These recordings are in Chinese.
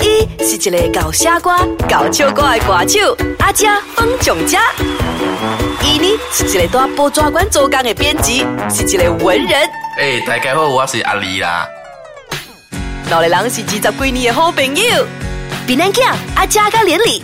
伊是一个搞傻歌、搞笑歌的歌手，阿姐方强家。伊呢是一个在报纸馆做工的编辑，是一个文人。诶、大家好，我是阿丽啦。两个人是二十几年的好朋友。槟榔囝阿姐甲连理，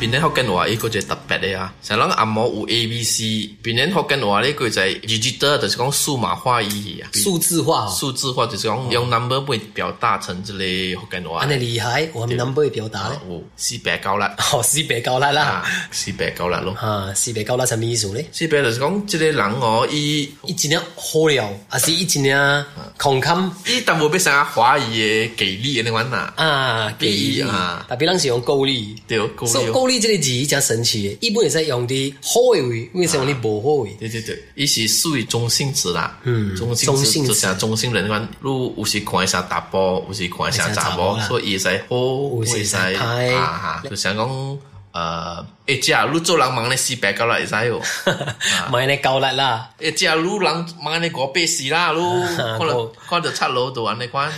槟榔福建话伊个就特别的啊，像咱阿毛有 A B C，槟榔福建话呢个就係 digital，就是讲数码化意义啊，数字化哦，数字化就是讲用 number 会表达成这类福建话安。尼厉害，我们 number 表达咧，有四百九 啦，哦，四百九啦啊啦，，四百九啦咯。啊，四百九啦，什么意思咧？四百就是讲这个人哦，伊一斤啊好料，还是一斤啊空空伊淡薄要啥华语的给力的那款啦，啊，比啊特别咱是用高利。对，鼓所以励。高利这个字真神奇的，一般会使用伫好的位，为什么你无好的位？对对对，伊是属于中性词啦，嗯中性中词性就词像中性人款，你有时看一下查甫，有时看一下看一下查查某甫，啦所以伊会使好，有时会使会使歹啊哈，就想讲呃，一只你做人忙咧四百九啦，会使哦， 买那高力啦，一只你人忙咧五百四啦，你看我到看到七楼就安尼款，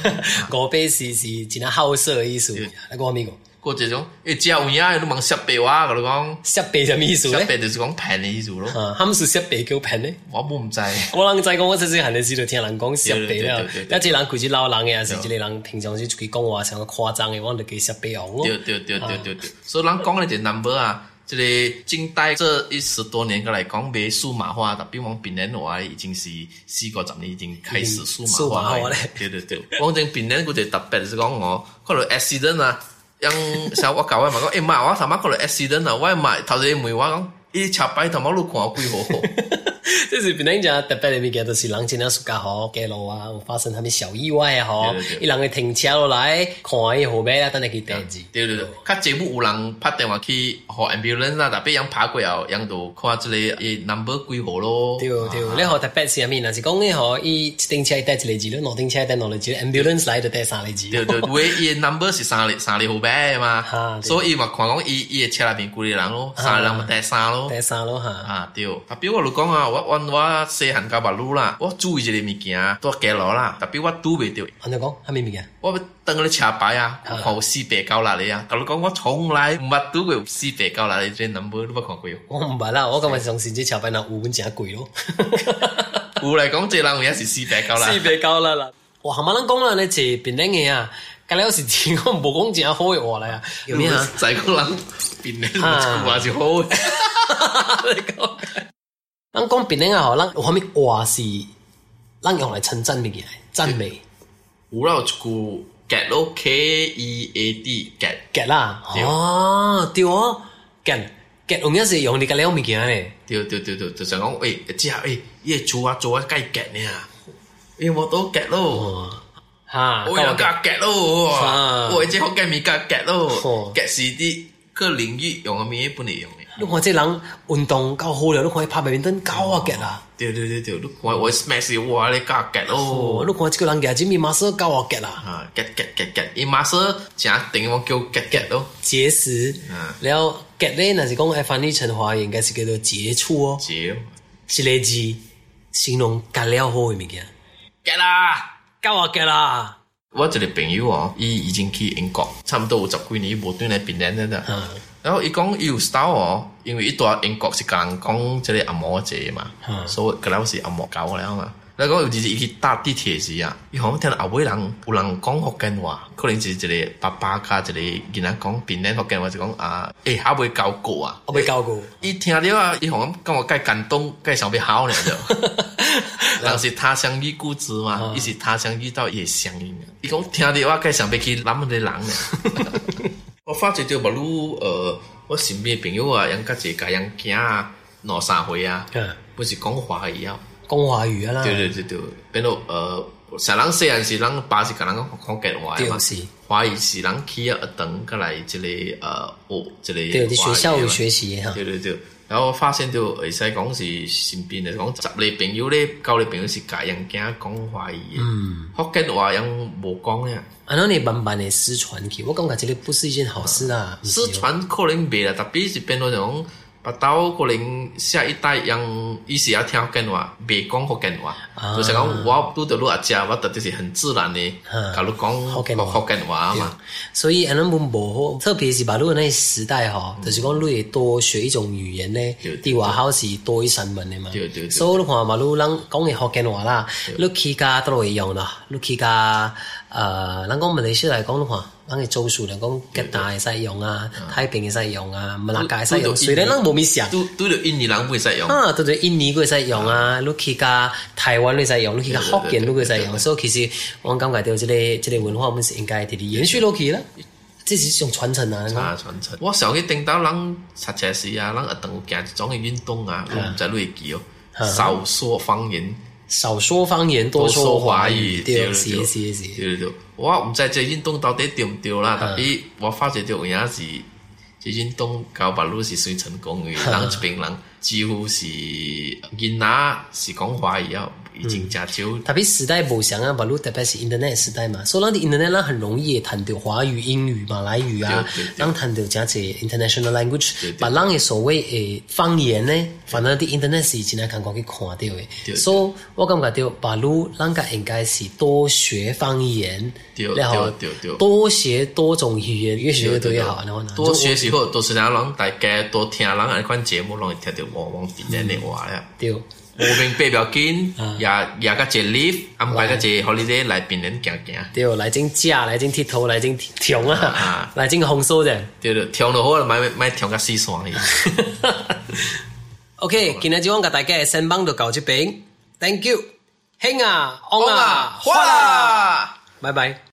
五百四是真啊好色的意思。啊你讲咪讲？过一种一只有影的你忙十百哇，我讲设备什么意思十咧？百就是讲便宜思咯，啊，他们是设备叫骗咧。我冇唔知。我人在讲，我细细汉的时就听人讲设备了对对对对，对那这人规矩老人的，也是这个人平常时就是讲话上个夸张的，我就给设备用咯。对对对对对对，所以咱讲的这 number 啊，这个近代这一十多年过来讲，被数码化，特别往槟榔话已经是四个十年已经开始数数码码化化了嘞。对对对，反正槟榔我就特别是讲我，可能 accident 啊，像像我教我嘛讲，诶妈，我他妈可能 accident 啊，我妈头先问我讲，伊车牌他妈路看我几好， 这是本来讲特别的物件，就是人真正暑假好，街路啊，有发生什么小意外啊，吼对对，对伊人会停车落来，看伊后尾啊，等下去地址。对对对，较节目有人拍电话去和 ambulance 啊，特别人拍过后，人就看这个伊 number 几号咯。对对，你好特别是啥物？若是讲你吼，伊一顶车带一个字，你两顶车带两个字，ambulance 来就带三个字。对 对，喂，伊的 number 是三里三里后摆的嘛，啊对啊所以嘛看讲伊伊的车内面几个人咯，三个人咪带三咯。带三咯哈。啊对，特别我就讲啊，我我我细汉到白路啦，我注意一个物件，啊都记落啦，特别我拄袂着，安尼讲，啥物物件？我等咧车牌啊，看有四百九啦你啊，甲你讲我从来毋捌拄过有四百九啦你这 number 你捌看过无？我毋捌啦，我感觉上次这车牌若有阮真贵咯。有来讲这人有影是四百九啦，四百九啦啦。哇，含咱讲啦，你坐便冷的啊，隔了是真我无讲真好嘅话来啊，有咩啊？？在讲人变咧，话是好的。你讲，咱讲便冷啊，吼，咱有啥物话是咱用来称赞物件的，赞美有啦有一句 get 咯，K E A D get。 get 啦，对哦，对哦，get get 用嘅是用你隔了物件咧，对对对对，就想讲，诶、欸，即下诶，伊个做啊做啊，该夹呢，诶，我都夹咯，哦哈，我又夹夹咯，啊我即好夹咪夹夹咯哦，夹是啲个领域用啊，咪不能用的。你看这人运动够好了，你看伊拍白面灯够啊 get 啦。对对对对，你看我 smash 哇，你夹夹咯，哦，你看这个人牙齿面马上够啊 get 啦。啊，夹夹夹夹，伊马上正定我叫夹夹咯，结石嗯，然后结咧，若是哎讲爱翻译成华语，应该是叫做结触哦，姐，一个字形容结了好的物件，夹啦。够啊结啦，我一个朋友哦，伊已經去英國，差唔多有十幾年無轉來平安真的。然後伊講伊有 style 哦，因為伊住英國是甲人講即個阿嬷姐嘛，嗯所以佢老是阿嬷教我了嘛。然後講有一日伊去搭地鐵時啊，伊好像聽到後尾人有人講福建話，可能是一個爸爸加一個囡仔講平安福建話，就講啊，誒還未教過啊。我未教过，伊聽了啊，伊好像感覺介感動，介想要哭了就。人是他乡遇故知嘛，伊、是他乡遇到也相应啊。伊讲听着我介想要去南门的人呢。 我发觉着无路呃，我身边的朋友啊，人家一家人囝啊，两三岁啊， 嗯，不是讲华语啊。讲华语啊啦，对对对对，变做呃，像咱虽然是咱爸是甲咱讲讲广话的嘛对，是华语是咱去啊等过来这里呃学这里。对，在学校有学习哈，对对对，然后發現到呃會使講是身邊嚟講，十個朋友咧，九個朋友是家人驚講華語嘅，嗯，福建話人冇講咧，安啊那你慢慢的失传去，我感觉这个不是一件好事啦，失不是哦，傳可能未啦，特別是變到就講。把到可能下一代yang 一时要听跟话，别讲福建话，啊就是讲我拄到你阿姐，我特就是很自然的，嗯假如讲福建话福建话嘛，所以安尼文无好，特别是把如果那时代吼，就是讲你会多学一种语言咧对，对外口是多一身份的嘛。对对对所以你看嘛，如果人讲嘅福建話啦，你去家都會用啦，你去家呃，咱講馬來西亞嚟講，你看，咱嘅做數嚟講，吉打嘅使用啊，太平嘅使用啊，馬來西亞使用，雖然咱冇咩事啊。拄拄到印尼人袂使用，啊，對對，印尼佢使用啊，你去家台灣佢使用，你去家福建佢使用，所以其實我感覺到即個即個文化，我們是應該啲啲延續落去啦。即是一種傳承啊！啊，傳承。我上去聽到人擦車時啊，人學堂有行一種嘅運動啊，我唔知你會記哦，少說方言。少说方言，啊多多说说华华语，语，对，对是对是是，啊对对，我唔知这运动到底对唔对啦，但系我发觉到有影是，这运动搞白路是算成功嘅，啊人一边人几乎是囡仔是讲华语啊，已经真少。特别时代不相啊，不如特别是 Internet 时代嘛，所以咱的 Internet 咱很容易谈到华语、英语、马来语啊对对，对咱谈到这些对 international language，对把咱的所谓诶方言呢，反正伫 Internet 是真系感觉去看到的，对所以我感觉到，不如咱个应该是多学方言对，然后对对对多学多种语言，越学越多越好，然后呢多学习后，多是人人大家多听人安款节目，拢会听到我往边仔的话了。对。无名白表紧，也也个一 leave，安排个一 holiday 来边人行行。对，来整食，来整剃头，来整跳啊啊，来整红烧者。对对，听就好了，买买听个四川去。 OK，今日就我甲大家嘅新榜就到这边，Thank you，兄啊，翁好啊啊，，花啦！拜拜。